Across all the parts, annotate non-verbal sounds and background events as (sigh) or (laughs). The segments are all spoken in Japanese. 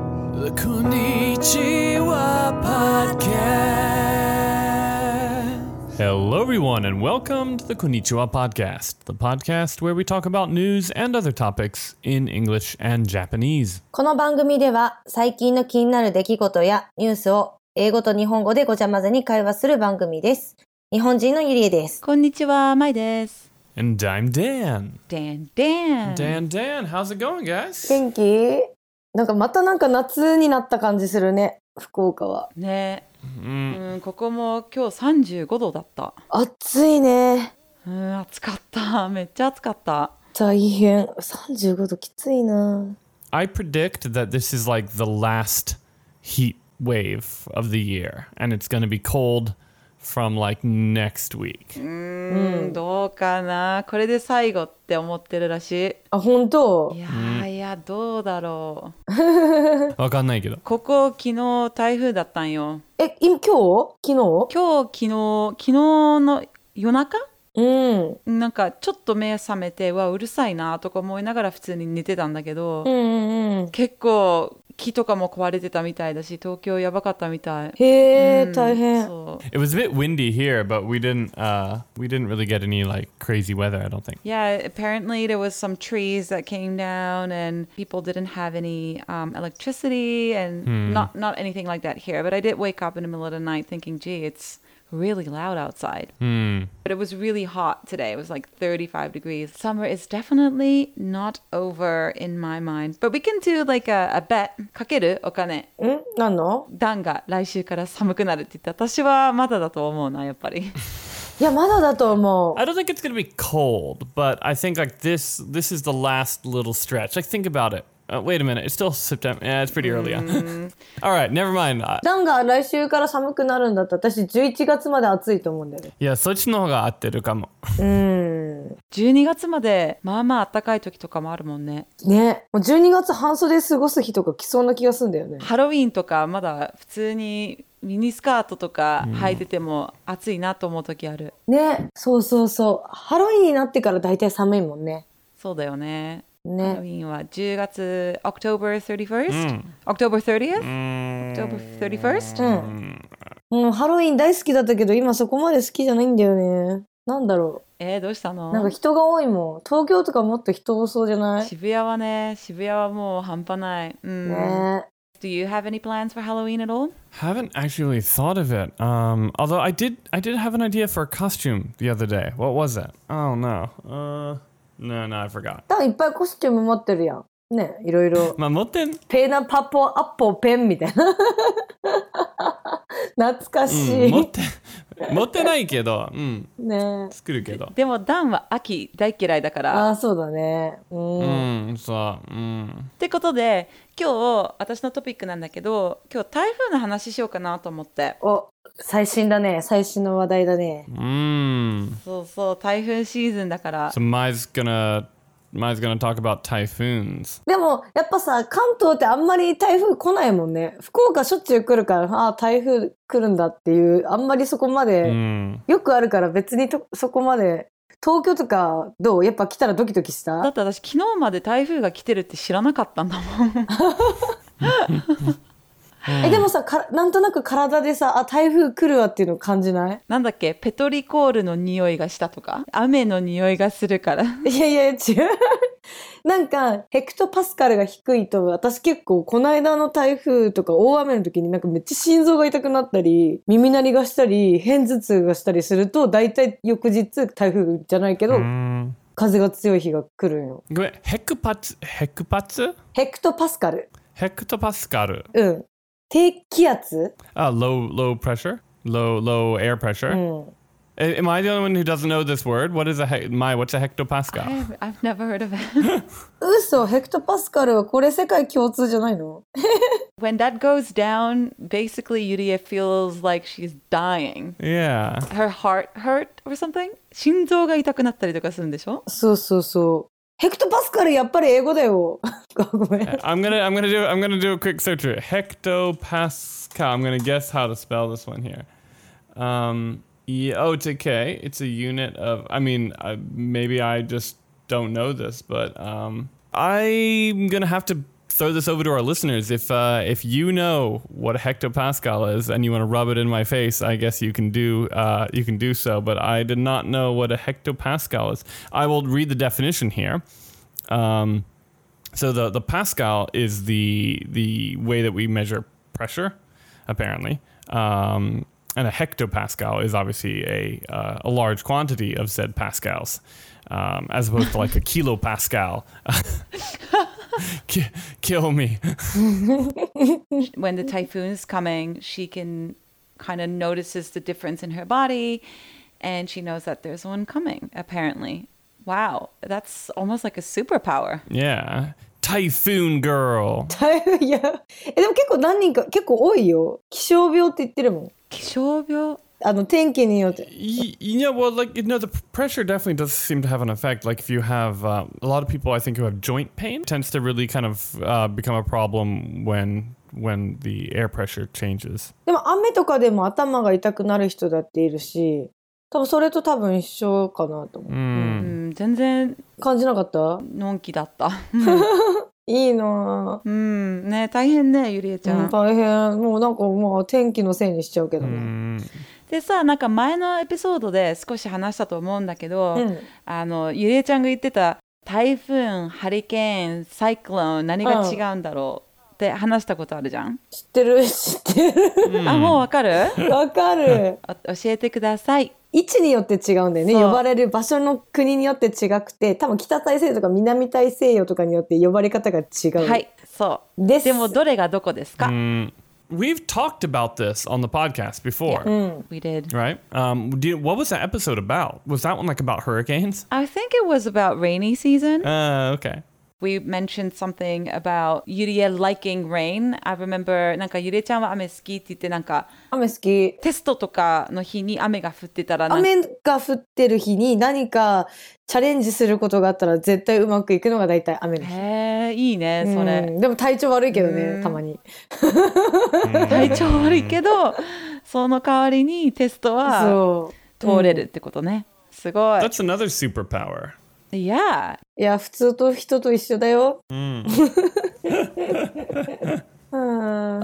こんにちは、podcast. Hello, everyone, and welcome to the Konnichiwa Podcast, the podcast where we talk about news and other topics in English and Japanese. この番組では最近の気になる出来事やニュースを英語と日本語でごちゃ混ぜに会話する番組です。日本人のゆりえです。こんにちは、まいです。 And I'm Dan. でんでん。 Dan, Dan, how's it going, guys? 天気なんかまたなんか夏になった感じするね、福岡は。ね、う Mm, ん、ここも今日三十五度だった。暑いね。うん、暑かった、めっちゃ暑かった。大変。35度きついな。 I predict that this is like the last heat wave of the year, and it's going to be cold from like next week. Mm. うん、どうかな、これで最後って思ってるらしい。あ、本当いやー、いや、どうだろう。わかんないけど。ここ昨日台風だったんよ。え、今、今日昨日今日、昨日、昨日の夜中。うん。なんかちょっと目覚めてうわうるさいなとか思いながら普通に寝てたんだけど、うんうんうん。結構木とかも壊れてたみたいだし東京やばかったみたいへうえ、ん大変。そう。 It was a bit windy here, but we didn't uh, we didn't really get any like crazy weather. I don't think. Yeah, apparently there was some trees that came down, and people didn't have any um, electricity, and not not anything like that here. But I did wake up in the middle of the night thinking, "Gee, it's really loud outside." But it was really hot today. It was like 35 degrees. Summer is definitely not over in my mind. But we can do like a, a bet. かけるお金。んなんのダンが来週から寒くなるって言って、私はまだだと思うな、やっぱり。 (laughs) いや、まだだと思う。 I don't think it's gonna be cold, but I think like this this is the last little stretch. Like think about it. Uh, wait a minute, it's still September. Yeah, it's pretty early. on. (laughs) All right, never mind. Uh, ダンが来週から寒くなるんだったら私11月まで暑いと思うんだよね。 yeah, そっちの方が合ってるかも。うん。 12月までまあまあ暖かい時とかもあるもんねね。もう12月半袖過ごす日とか来そうな気がするんだよね。ハロウィーンとかまだ普通にミニスカートとか履いてても暑いなと思う時ある、ね。そうそうそう。ハロウィンになってから大体寒いもんね。そうだよねハロウね。ィーンは10月 October 31st、October 30th、October Mm. 31st、うん。うん、ハロウィン大好きだったけど今そこまで好きじゃないんだよね。なんだろえー、どうしたう。のなんか人が多いもん。東京とかもっと人多そうじゃない渋谷はね渋谷はもう半端ない、うんね。 Do you have any plans for Halloween at all? Haven't actually thought of it. Um, although I did I did have an idea for a costume the other day. What was it? Oh no. Uh, no, no, I forgot. ダンいっぱいコスチューム持ってるやん。ね。いろいろ。 (laughs) まあ、持ってん-ペナパポアッポペンみたいな。 (laughs) 懐かし (laughs) い。持って-持ってないけど、うん、ねえ。作るけど。でもダンは秋大嫌いだからああ、そうだね。うん。うん、そう、うん。ってことで今日私のトピックなんだけど今日台風の話しようかなと思ってお、最新だね。最新の話題だね。うん。そうそう台風シーズンだから So Mai's gonna Mai's gonna talk about typhoons. でも、やっぱさ、関東ってあんまり台風来ないもんね。福岡しょっちゅう来るから、ああ、台風来るんだっていう、あんまりそこまで、 Mm. よくあるから別にとそこまで、東京とかどうやっぱ来たらドキドキしだたって私昨日まで台風が来てるって知らなかったん (laughs) だもんえ、でもさか、なんとなく体でさ、あ、台風来るわっていうの感じないなんだっけペトリコールの匂いがしたとか雨の匂いがするからいやいや、違う。 (laughs) なんか、ヘクトパスカルが低いと、私結構、この間の台風とか大雨の時になんかめっちゃ心臓が痛くなったり、耳鳴りがしたり、片頭痛がしたりすると、大体翌日、台風じゃないけど、 Mm. 風が強い日が来るんよ。ごめん、hecupats- hecupats? ヘクトパスカル。 Hectopascal. うん。低気圧 Ah, low low pressure, low low air pressure. うん。 A- Am I the only one who doesn't know this word? What is a he- my? What's a hectopascal? I've I've never heard of it 嘘、ヘクトパスカルはこれ世界共通じゃないの When that goes down basically Yuria feels like she's dying Yeah. Her heart hurt or something 心臓が痛くなったりとかするんでしょそうそうそう。ヘクトパスカルやっぱり英語だよ。 (laughs) ごめん。 (laughs) I'm gonna I'm gonna do I'm gonna do a quick search here. Hectopascal. I'm gonna guess how to spell this one here. Um, yeah, oh, it's okay. It's a unit of. I mean, uh, maybe I just don't know this, but um, I'm gonna have to throw this over to our listeners. If uh, if you know what a hectopascal is and you want to rub it in my face, I guess you can do uh, you can do so. But I did not know what a hectopascal is. I will read the definition here. Um, so the the pascal is the the way that we measure pressure, apparently. Um, and a hectopascal is obviously a uh, a large quantity of said pascals, um, as opposed to like a kilopascal. (laughs) Ki- kill me. (laughs) when the typhoon is coming, she can kind of notices the difference in her body and she knows that there's one coming, apparently. Wow, that's almost like a superpower. Yeah. Typhoon girl. いやえでも結構何人か結構多いよ気象病って言ってるもん Kishobyo. あの天気によって Y- you know, well, like, you know, the p- pressure definitely does seem to have an effect. Like, if you have uh, a lot of people, I think, who have joint pain, tends to really kind of uh, become a problem when when the air pressure changes. でも雨とかでも頭が痛くなる人だっているし多分それと多分一緒かなと思う、Mm. うん全然感じなかったのんきだ (laughs) った。いいなぁうん、ね大変ね、ゆりえちゃ。うんん、大変もうなんかまあ天気のせいにしちゃうけどね、 Mm. でさ、なんか前のエピソードで少し話したと思うんだけど、うんあのゆりえちゃんが言ってた台風、ハリケーン、サイクロン、何が違うんだろうって話したことあるじゃん。知ってる知ってあ、もうわかるるわかるあ教えてください。位置によって違うんだよねそう呼ばれる場所の国によって違くて多分北大西洋とか南大西洋とかによって呼ばれ方が違う、はい、そう。ですでもどれがどこですか、 We've talked about this on the podcast before, ?We did. right? Um, do you- what was that episode about? Was that one like about hurricanes? I think it was about rainy season. Uh, okay. We mentioned something about ゆりえ liking rain. I remember なんかゆりえちゃんは雨好きって言ってなんか雨好きテストとかの日に雨が降ってたらなんか雨が降ってる日に何かチャレンジすることがあったら絶対うまくいくのが大体雨の日へえいいねそれ、うんでも体調悪いけどねたまに体調悪いけどその代わりにテストはそう通れるってことね、すごい That's another superpower. Yeah いや普通と人と一緒だよ (laughs) A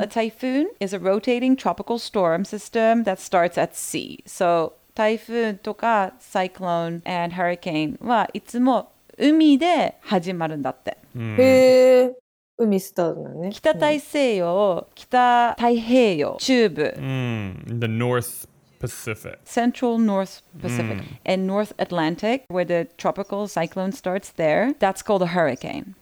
typhoon is a rotating tropical storm system that starts at sea. So, 台風とか cyclone and hurricane はいつも海で始まるんだって。へえ海スタートだね北大西洋、北太平洋、中部、 Mm. The North Pacific. Central North Pacific and North Atlantic, where the tropical cyclone starts there. That's called a hurricane.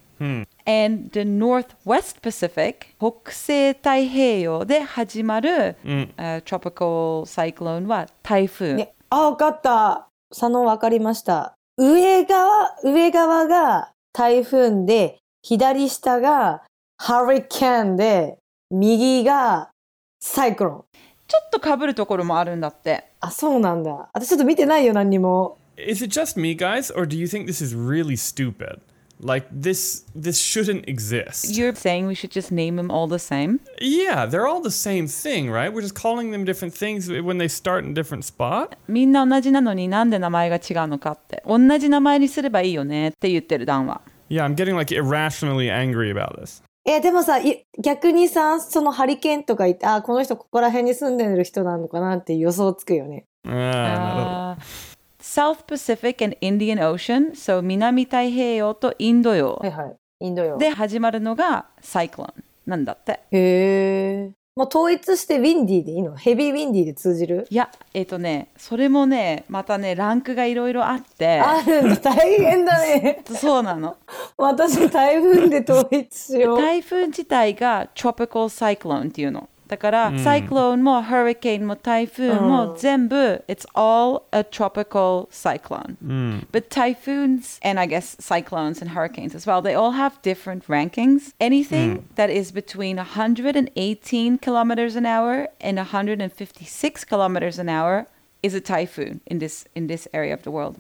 And the Northwest Pacific, 北西太平洋で始まる、uh, tropical cyclone は台風。ねあ分かった佐野分かりました上側上側が台風で左下がハリケーンで右がサイクロンちょっとかぶるところもあるんだって。あそうなんだ私ちょっと見てないよ何にも Is it just me, guys, or do you think this is really stupid? Like this, this shouldn't exist. You're saying we should just name them all the same? yeah, they're all the same thing, right? We're just calling them different things when they start in different spot. みんな同じなのになんで名前が違うのかって。同じ名前にすればいいよねって言ってる談話。 Yeah, I'm getting like irrationally angry about this. えでもさい逆にさそのハリケーンとか言ってあこの人ここら辺に住んでる人なのかなって予想つくよね Ah, no. Uh, South Pacific and Indian Ocean, so 南太平洋とインド洋はいはいインド洋で始まるのがサイクロンなんだって。へえ。もう統一してウィンディーでいいのヘビーウィンディーで通じるいや、えっ、とね、それもね、またね、ランクがいろいろあって、あるんだ。大変だ (laughs) ね。そうなの。私、台風で統一しよう。台風自体が Tropical Cyclone っていうの。だから、サイクロンも、ハリケーンも、台風も、全部、It's all a tropical cyclone.、But typhoons and I guess cyclones and hurricanes as well, they all have different rankings. Anything that is between 118 kilometers an hour and 156 kilometers an hour is a typhoon in this in this area of the world.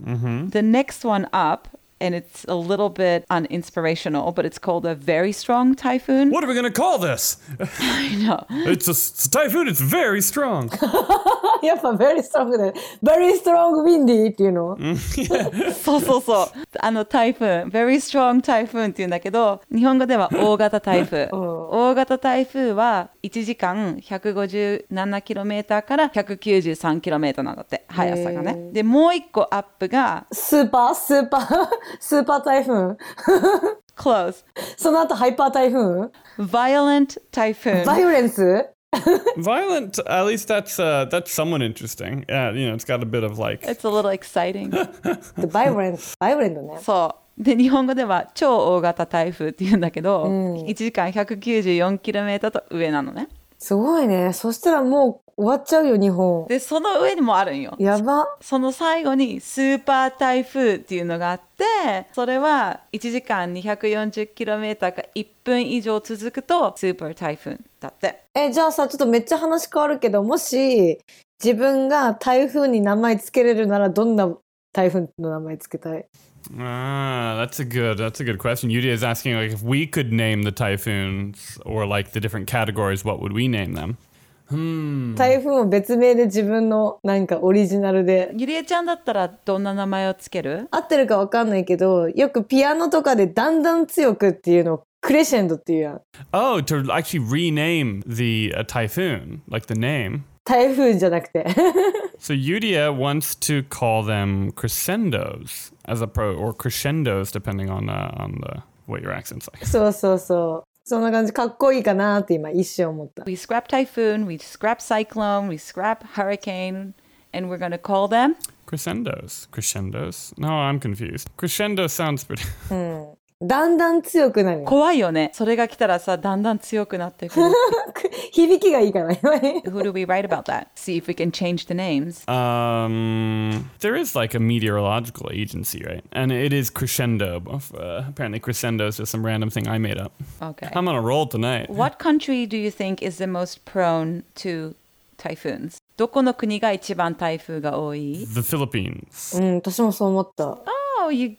The next one up and it's a little bit uninspirational, but it's called a very strong typhoon. (laughs) What are we gonna call this? I know. It's a, it's a typhoon. It's very strong. やっぱ very strong だよ。very strong windy っていうの。そうそうそう。あの台風、very strong 台風って言うんだけど、日本語では大型台 (laughs) 風。大型台風は1時間 157km から 193km なんだって、速さがね。で、もう一個アップがスーパー、スーパー、 (laughs) スーパー台風。 (laughs) close, その後ハイパー台風 violent 台風。バイオレンス Violent. At least that's uh, that's somewhat interesting. Uh, you know, it's got a bit of like. It's a little exciting. (laughs) バイオレンス、バイオレントね。そう。で、日本語では超大型台風って言うんだけど、1時間 194km と上なのね。すごいね。そしたらもう終わっちゃうよ、日本。で、その上にもあるんよ。やば。その最後にスーパー台風っていうのがあってそれは1時間 240km か1分以上続くとスーパー台風だってえ、じゃあさ、ちょっとめっちゃ話変わるけど、もし自分が台風に名前つけれるなら、どんな台風の名前つけたい Ah, that's a good. That's a good question. Yudi is asking like if we could name the typhoons or like the different categories, what would we name them? Hmm. 台風も別名で自分のなんかオリジナルで。ゆりえちゃんだったらどんな名前をつける合ってるかわかんないけど、よくピアノとかでだんだん強くっていうのをクレシェンドっていうやん。 Oh, to actually rename the uh, typhoon, like the name. 台風じゃなくて。 (laughs) So Yudia wants to call them crescendos as a pro or crescendos, depending on uh, on the what your accent's like. そうそうそう。そんな感じ、かっこいいかなって今一瞬思った。 We scrap typhoon, we scrap cyclone, we scrap hurricane and we're gonna call them Crescendos, crescendos. No, I'm confused. Crescendo sounds pretty. だんだん強くなる。怖いよねそれが来たらさだんだん強くなってく (laughs) る響きがいいかな、今ね Who do we write about that? See if we can change the names Um, there is like a meteorological agency, right? And it is crescendo. Uh, apparently, crescendo is just some random thing I made up. Okay I'm on a roll tonight. What country do you think is the most prone to typhoons? どこの国が一番台風が多い The Philippines. うん、私もそう思った。 ?Oh, you guys,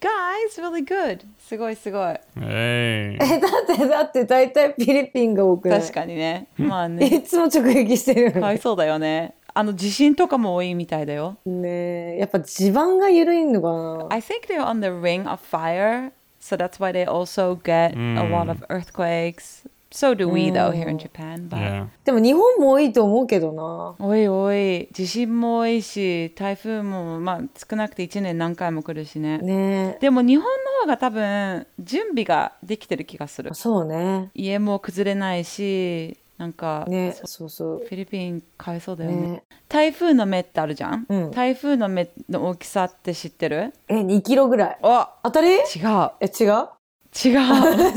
really good. すごいすごい。 Hey. え、 (laughs) だって、だって、大体フィリピンが多くない確かにね。まあね。いつも直撃してるよね。かわいそうだよね。あの地震とかも多いみたいだよ。ねえやっぱ地盤が緩いのかな I think they're on the ring of fire, so that's why they also get a lot of earthquakes. So do we though here in Japan. But... Yeah. でも日本も多いと思うけどな。おいおい、地震も多いし、台風もまあ少なくて1年何回も来るしね。ねでも日本の方が多分準備ができてる気がするえ。そうね。家も崩れないしなんか、ねえそうそう。フィリピンかわいそうだよねね台風の目ってあるじゃん、うん台風の目の大きさって知ってるえ、2キロぐらい。あ当たりえ、違う違う違う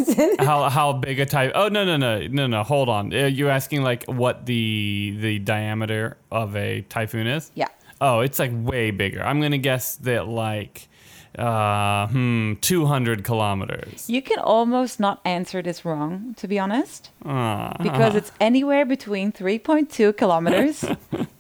全然 How how big a type? Oh no no no no no! Hold on. Uh, You're asking like what the the diameter of a typhoon is? (laughs) Yeah. Oh, it's like way bigger. I'm gonna guess that like, uh, hmm, 200 kilometers. You can almost not answer this wrong to be honest Ah. because it's anywhere between 3.2 (laughs) kilometers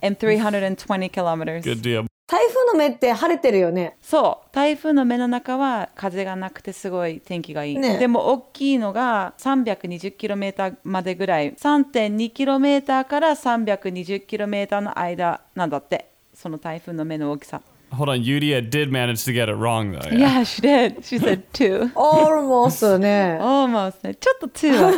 and 320 kilometers good deal. 台風の目って晴れてるよね。そう台風の目の中は風がなくてすごい天気がいい、ねでも大きいのが 320km までぐらい 3.2km から 320km の間なんだってその台風の目の大きさ Hold on, Yudia did manage to get it wrong though. Yeah. Yeah, she did. She (laughs) said two. almost ね。 (laughs) Almost ね。ちょっと two は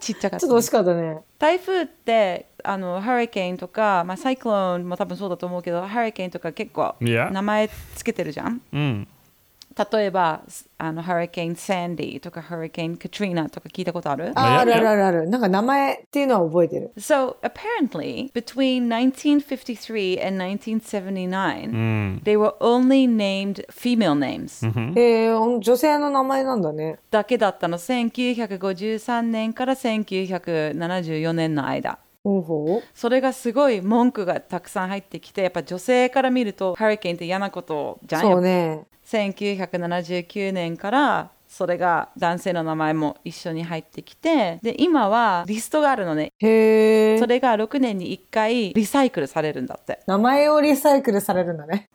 ちちっちゃかっちたょっ。と惜しかったね。台風ってあのハリケーンとか、まあ、サイクロンも多分そうだと思うけどハリケーンとか結構 Yeah. 名前つけてるじゃん。 Mm. 例えばあのハリケーン・サンディとかハリケーン・カトリーナとか聞いたことあるまあああるやあるるやあるある。なんか名前っていうのは覚えてる。 So apparently, between 1953 and 1979, they were only named female names. えー、女性の名前なんだね。だけだったの。1953年から1974年の間。ほうほう。それがすごい文句がたくさん入ってきて、やっぱ女性から見ると、ハリケーンって嫌なことじゃん。そうね。 1979年からそれが男性の名前も一緒に入ってきてで今はリストがあるのねへえそ。れが6年に1回リサイクルされるんだって名前をリサイクルされるんだね。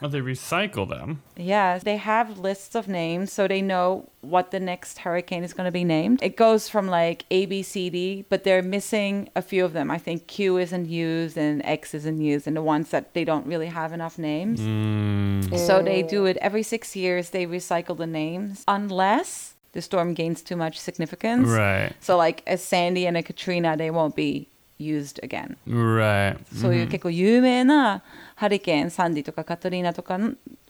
Well, they recycle them. Yes, they have lists of names so they know what the next hurricane is going to be named. It goes from like A, B, C, D, but they're missing a few of them. I think Q isn't used and X isn't used, and the ones that they don't really have enough names. Hmm, So they do it every six years, they recycle the names unless the storm gains too much significance. Right. So, like a Sandy and a Katrina, they won't be used again. Right. そういう結構有名なハリケーン、サンディとかカトリーナとか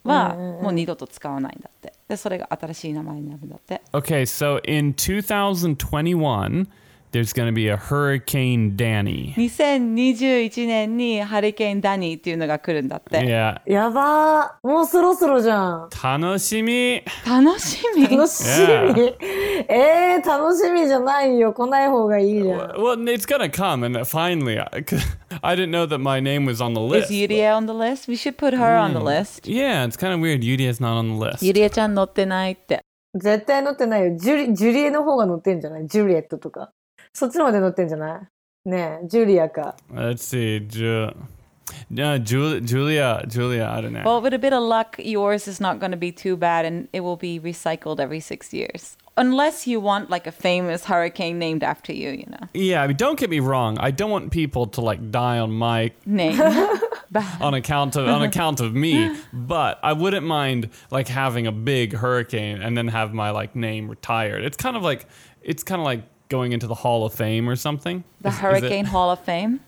はもう二度と使わないんだって。で、それが新しい名前になるんだって。 Okay, so in 2021, there's going to be a Hurricane Danny. 2021年にハリケーンダニーっていうのが来るんだって。 Yeah. やばー。もうそろそろじゃ (laughs) ん。 Tanoshimi. 楽しみ楽しみ。えー、楽しみじゃないよ。来ない方がいいじゃん。 Well, it's going to come, and finally, I, (laughs) I didn't know that my name was on the Is list. Yuria on the list? We should put her on the Mm. list. Yeah, it's kind of weird. Yudia's not on the list. ユリエちゃん乗ってないって。絶対乗ってないよ。ジュリ、ジュリエの方が乗ってんじゃないジュリエットとか。そっちのまで乗ってんじゃないねえ、ジュリアか。 Let's see. Ju- no, Ju- Julia. Julia, I don't know. Well, with a bit of luck, yours is not going to be too bad and it will be recycled every six years. Unless you want like a famous hurricane named after you, you know. yeah, I mean, don't get me wrong. I don't want people to like die on my Name. on account of (laughs) on account of me, but I wouldn't mind like having a big hurricane and then have my like name retired. It's kind of like it's kind of like going into the Hall of Fame or something. The Is- is it- Hurricane Hall of Fame.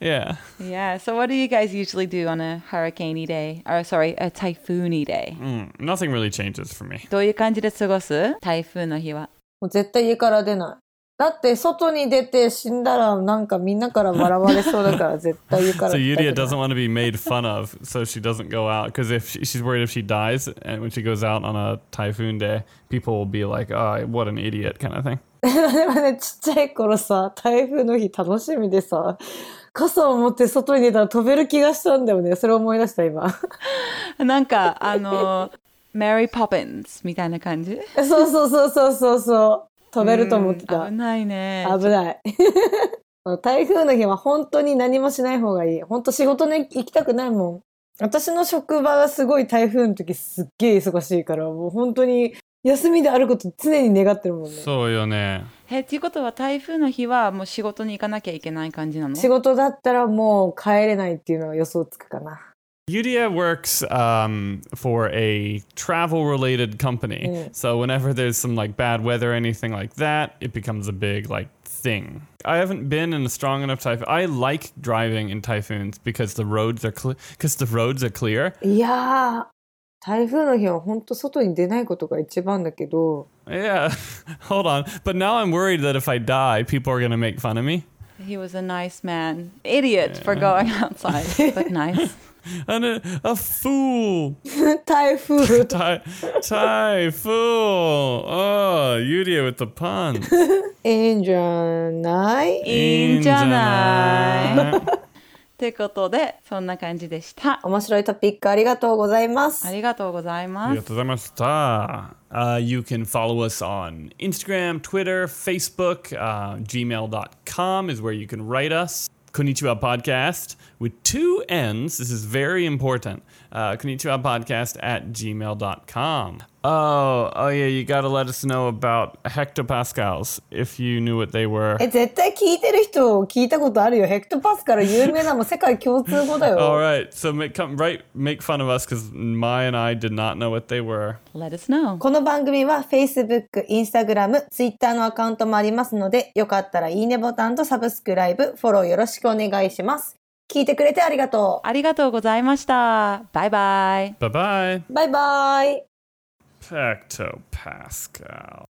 yeah. Yeah. So, what do you guys usually do on a hurricane day? Or, sorry, a typhoon day? Mm, nothing really changes for me. どういう感じで過ごす台風の日は。もう絶対家から出ない。だって外に出て死んだらなんかみんなから笑われそうだから絶対家 (laughs) から So 出たくな Yudia い doesn't want to be made fun of, so she doesn't go out because if she, she's worried if she dies and when she goes out on a typhoon day, people will be like, "Oh, what an idiot," kind of thing. (laughs) でもね、ちっちゃい頃さ、台風の日楽しみでさ、傘を持って外に出たら飛べる気がしたんだよね。それを思い出した (laughs) 今。なんか、あの、マリー・ポピンズみたいな感じそうそうそうそうそうそう。飛べると思ってた危。ないね。危ない。 (laughs) 台風の日は本当に何もしない方がいい。本当仕事に行きたくないもん。私の職場がすごい台風の時すっげえ忙しいから、もう本当に休みであること常に願ってるもんね。 So you know. え、っていうことは台風の日はもう仕事に行かなきゃいけない感じなの仕事だったらもう帰れないっていうのが予想つくかな。 Yudia works um, for a travel related company. So whenever there's some like bad weather or anything like that, it becomes a big like thing. I haven't been in a strong enough typhoon. I like driving in typhoons because the roads are clear because the roads are clear. いやー、台風の日は本当外に出ないことが一番だけど、 Yeah. (laughs) Hold on. But now I'm worried that if I die, people are going to make fun of me. He was a nice man. Idiot for going outside, but (laughs) nice. And a, a fool. (laughs) 台風 Ty, ty fool. Oh, Yudia with the pun. ええんじゃないいいんじゃ (laughs) ないということで、そんな感じでした。面白いトピックありがとうございますあ。りがとうございます。ありがとうございました。Uh, you can follow us on Instagram, Twitter, Facebook, uh, gmail.com is where you can write us. Konnichiwa Podcast with two N's. This is very important. Uh, Konnichiwa Podcast at gmail.com. Oh, oh yeah, you got to let us know about hectopascals if you knew what they were. え、絶対聞いてる人聞いたことあるよ。ヘクトパスカル有名なの世界共通語だ (laughs) All よ。 right, so make, come right, make fun of us because Mai and I did not know what they were. Let us know. この番組は Facebook、Instagram、Twitter のアカウントもありますので、よかったらいいねボタンとサブスクライブ、フォローよろしくお願いします。聞いてくれてありがとありがとうございました。バイバ Bye イ。bye. う。バイバイ。 Pecto Pascal.